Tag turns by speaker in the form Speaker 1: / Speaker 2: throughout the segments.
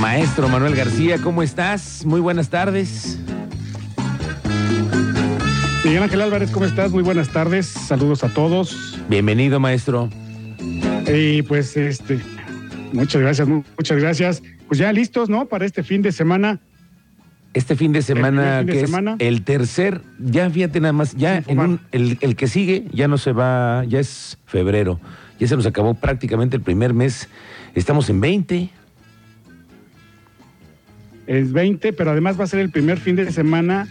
Speaker 1: Maestro Manuel García, ¿cómo estás? Muy buenas tardes.
Speaker 2: Miguel Ángel Álvarez, ¿cómo estás? Muy buenas tardes. Saludos a todos.
Speaker 1: Bienvenido, maestro.
Speaker 2: Y pues, este, muchas gracias, mu- muchas gracias. Pues ya listos, ¿no? Para este fin de semana.
Speaker 1: Este fin de semana,
Speaker 2: fin de
Speaker 1: que es
Speaker 2: semana.
Speaker 1: el tercer, ya fíjate nada más, ya
Speaker 2: Sin
Speaker 1: en
Speaker 2: fumar.
Speaker 1: un- el, el que sigue ya no se va, ya es febrero, ya se nos acabó prácticamente el primer mes, estamos en 20,
Speaker 2: Es 20, pero además va a ser el primer fin de semana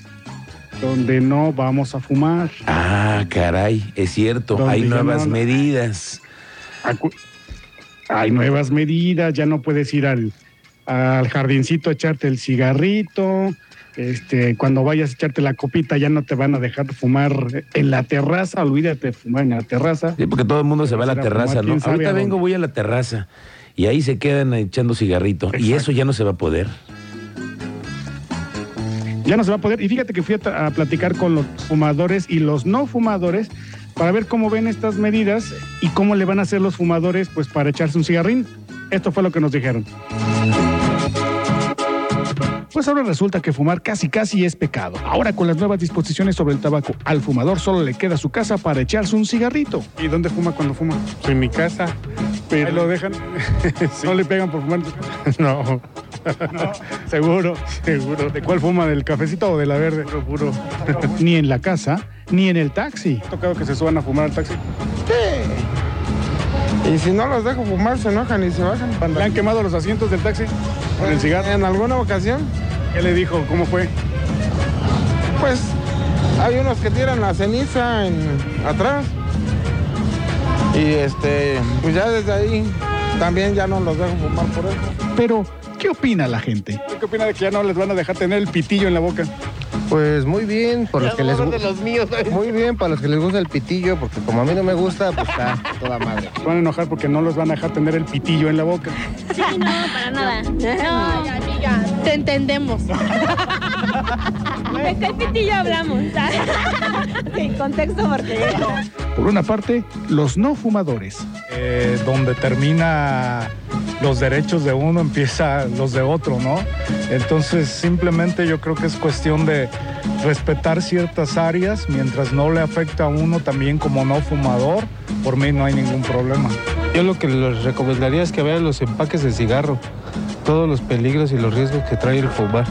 Speaker 2: donde no vamos a fumar.
Speaker 1: ah, caray, es cierto,
Speaker 2: Donde
Speaker 1: hay
Speaker 2: ya no-
Speaker 1: nuevas medidas,
Speaker 2: Acu- Hay nuevas medidas, ya no puedes ir al, al jardincito a echarte el cigarrito. Este, cuando vayas a echarte la copita ya no te van a dejar fumar en la terraza, olvídate de fumar en la terraza.
Speaker 1: Sí, porque todo el mundo se va a la
Speaker 2: Será
Speaker 1: terraza,
Speaker 2: fumar,
Speaker 1: ¿no?
Speaker 2: quién sabe
Speaker 1: Ahorita
Speaker 2: a dónde.
Speaker 1: vengo, voy a la terraza y ahí se quedan echando cigarrito y
Speaker 2: Exacto.
Speaker 1: eso ya no se va a poder.
Speaker 2: ya no se va a poder. Y fíjate que fui a, tra- a platicar con los fumadores y los no fumadores para ver cómo ven estas medidas y cómo le van a hacer los fumadores pues para echarse un cigarrín. Esto fue lo que nos dijeron. Pues ahora resulta que fumar casi casi es pecado. Ahora con las nuevas disposiciones sobre el tabaco, al fumador solo le queda su casa para echarse un cigarrito.
Speaker 3: ¿Y dónde fuma cuando fuma? Pues en mi casa.
Speaker 2: Ahí
Speaker 3: Pero
Speaker 2: lo dejan, no le pegan por fumar.
Speaker 3: no,
Speaker 2: Seguro.
Speaker 3: seguro.
Speaker 2: ¿De cuál fuma? ¿Del cafecito o de la verde?
Speaker 3: Puro, puro.
Speaker 2: Ni en la casa, ni en el taxi.
Speaker 3: ¿Ha tocado que se suban a fumar al taxi? Y si no los dejo fumar, se enojan y se bajan.
Speaker 2: ¿Le han quemado los asientos del taxi con el cigarro?
Speaker 3: En alguna ocasión,
Speaker 2: ¿Qué le dijo? ¿Cómo fue?
Speaker 3: pues hay unos que tiran la ceniza en, atrás. Y este, pues ya desde ahí también ya no los dejo fumar por eso.
Speaker 2: Pero, ¿qué opina la gente? ¿Qué opina de que ya no les van a dejar tener el pitillo en la boca?
Speaker 4: Pues muy bien, por los que les gu- muy bien para los que les gusta el pitillo, porque como a mí no me gusta, pues está toda madre.
Speaker 2: Se van a enojar porque no los van a dejar tener el pitillo en la boca.
Speaker 5: Sí, no, para nada. No, Te entendemos. De qué pitillo hablamos. Sin contexto porque.
Speaker 2: Por una parte, los no fumadores.
Speaker 6: eh, donde termina los derechos de uno empieza los de otro, ¿no? Entonces simplemente yo creo que es cuestión de respetar ciertas áreas mientras no le afecta a uno también como no fumador, por mí no hay ningún problema.
Speaker 7: Yo lo que les recomendaría es que vean los empaques de cigarro, todos los peligros y los riesgos que trae el fumar.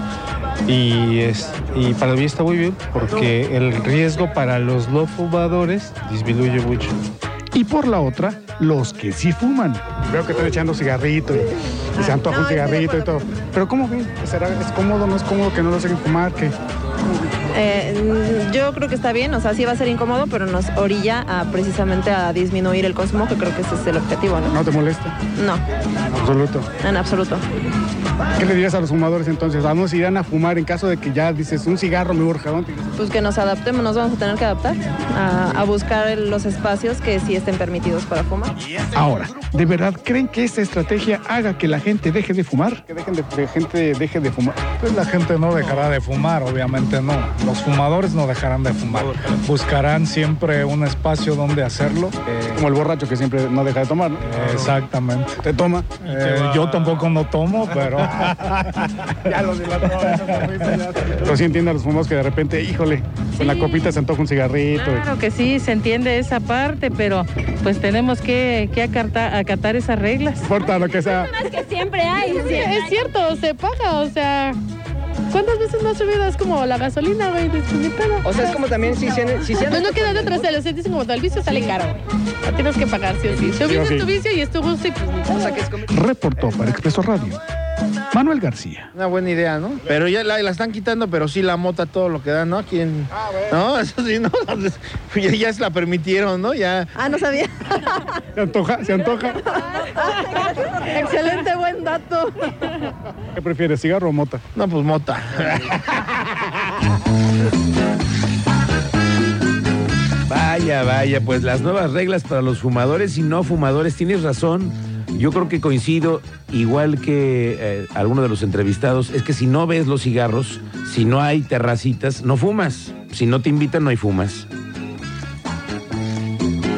Speaker 7: Y, es, y para mí está muy bien porque el riesgo para los no fumadores disminuye mucho.
Speaker 2: Y por la otra, los que sí fuman.
Speaker 3: Veo que están echando cigarrito y, y se antoja un cigarrito y todo. Pero ¿cómo ven? ¿Será, ¿Es cómodo no es cómodo que no los dejen fumar? que
Speaker 8: Eh, yo creo que está bien, o sea, sí va a ser incómodo, pero nos orilla a, precisamente a disminuir el consumo, que creo que ese es el objetivo, ¿no?
Speaker 3: ¿No te molesta?
Speaker 8: No,
Speaker 3: En absoluto.
Speaker 8: en absoluto.
Speaker 3: ¿Qué le dirías a los fumadores entonces? Vamos, irán a fumar en caso de que ya dices un cigarro me urge. ¿a dónde?
Speaker 8: Pues que nos adaptemos, nos vamos a tener que adaptar a, a buscar el- los espacios que sí estén permitidos para fumar.
Speaker 2: Ahora, ¿de verdad creen que esta estrategia haga que la gente deje de fumar?
Speaker 3: Que dejen de, de gente deje de fumar.
Speaker 6: Pues la gente no dejará de fumar, obviamente no. Los fumadores no dejarán de fumar. Buscarán siempre un espacio donde hacerlo. Eh,
Speaker 3: Como el borracho que siempre no deja de tomar, ¿no?
Speaker 6: exactamente.
Speaker 3: Te toma.
Speaker 6: Eh, yo tampoco no tomo, pero...
Speaker 3: Ya lo dilató. Pero sí entiendo a los fumadores que de repente, híjole, con la copita se antoja un cigarrito.
Speaker 9: Claro que sí, se entiende esa parte, pero pues tenemos que, que acarta- acatar esas reglas.
Speaker 3: No importa lo que sea.
Speaker 5: Más que siempre hay.
Speaker 9: Es cierto, se paga, o sea, ¿cuántas veces no has subido? Es como la gasolina, güey, desconectada.
Speaker 4: O sea, es como también si se, si se
Speaker 9: Pues no queda de otra, se los dicen como tal vicio sale caro, güey. Lo Tienes que pagar, sí o sí. Subiste
Speaker 3: sí.
Speaker 9: tu vicio y es tu gusto y pues ni pedo.
Speaker 2: Reportó para Expreso Radio. Manuel García.
Speaker 4: Una buena idea, ¿no? Pero ya la, la están quitando, pero sí la mota todo lo que da, ¿no? Aquí en- No, eso sí, no. Ya, ya se la permitieron, ¿no? Ya.
Speaker 8: Ah, no sabía.
Speaker 3: Se antoja, se antoja.
Speaker 8: Excelente, buen dato.
Speaker 3: ¿Qué prefieres, cigarro o mota?
Speaker 4: No, pues mota.
Speaker 1: Vaya, vaya, pues las nuevas reglas para los fumadores y no fumadores, tienes razón. Yo creo que coincido, igual que eh, alguno de los entrevistados, es que si no ves los cigarros, si no hay terracitas, no fumas. Si no te invitan, no hay fumas.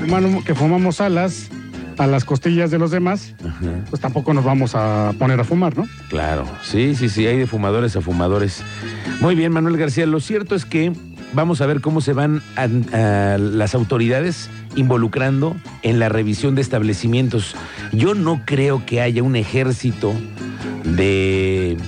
Speaker 2: Humano que fumamos alas, a las costillas de los demás,
Speaker 1: Ajá.
Speaker 2: pues tampoco nos vamos a poner a fumar, ¿no?
Speaker 1: Claro, sí, sí, sí, hay de fumadores a fumadores. Muy bien, Manuel García, lo cierto es que vamos a ver cómo se van a- a las autoridades involucrando en la revisión de establecimientos. Yo no creo que haya un ejército de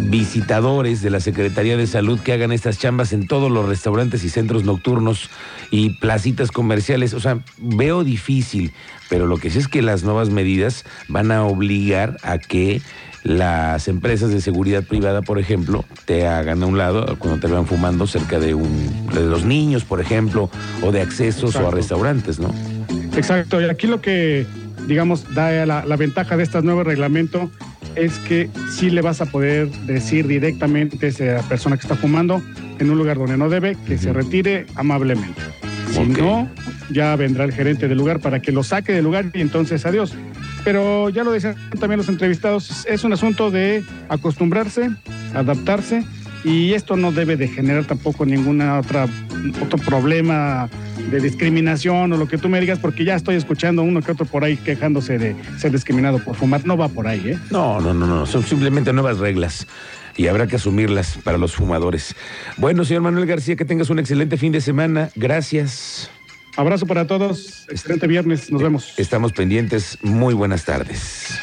Speaker 1: visitadores de la Secretaría de Salud que hagan estas chambas en todos los restaurantes y centros nocturnos y placitas comerciales. O sea, veo difícil, pero lo que sí es que las nuevas medidas van a obligar a que las empresas de seguridad privada, por ejemplo, te hagan a un lado cuando te vean fumando cerca de, un, de los niños, por ejemplo, o de accesos o a
Speaker 2: Exacto.
Speaker 1: restaurantes, ¿no?
Speaker 2: Exacto, y aquí lo que, digamos, da la, la ventaja de este nuevo reglamento es que sí le vas a poder decir directamente a esa persona que está fumando en un lugar donde no debe que se retire amablemente. Si
Speaker 1: Ok.
Speaker 2: no, ya vendrá el gerente del lugar para que lo saque del lugar y entonces adiós. Pero ya lo decían también los entrevistados, es un asunto de acostumbrarse, adaptarse y esto no debe de generar tampoco ninguna otra otro problema de discriminación o lo que tú me digas, porque ya estoy escuchando uno que otro por ahí quejándose de ser discriminado por fumar. No va por ahí, ¿eh?
Speaker 1: No, no, no, no. Son simplemente nuevas reglas y habrá que asumirlas para los fumadores. Bueno, señor Manuel García, que tengas un excelente fin de semana. Gracias.
Speaker 2: Abrazo para todos. Excelente viernes. Nos vemos.
Speaker 1: Estamos pendientes. Muy buenas tardes.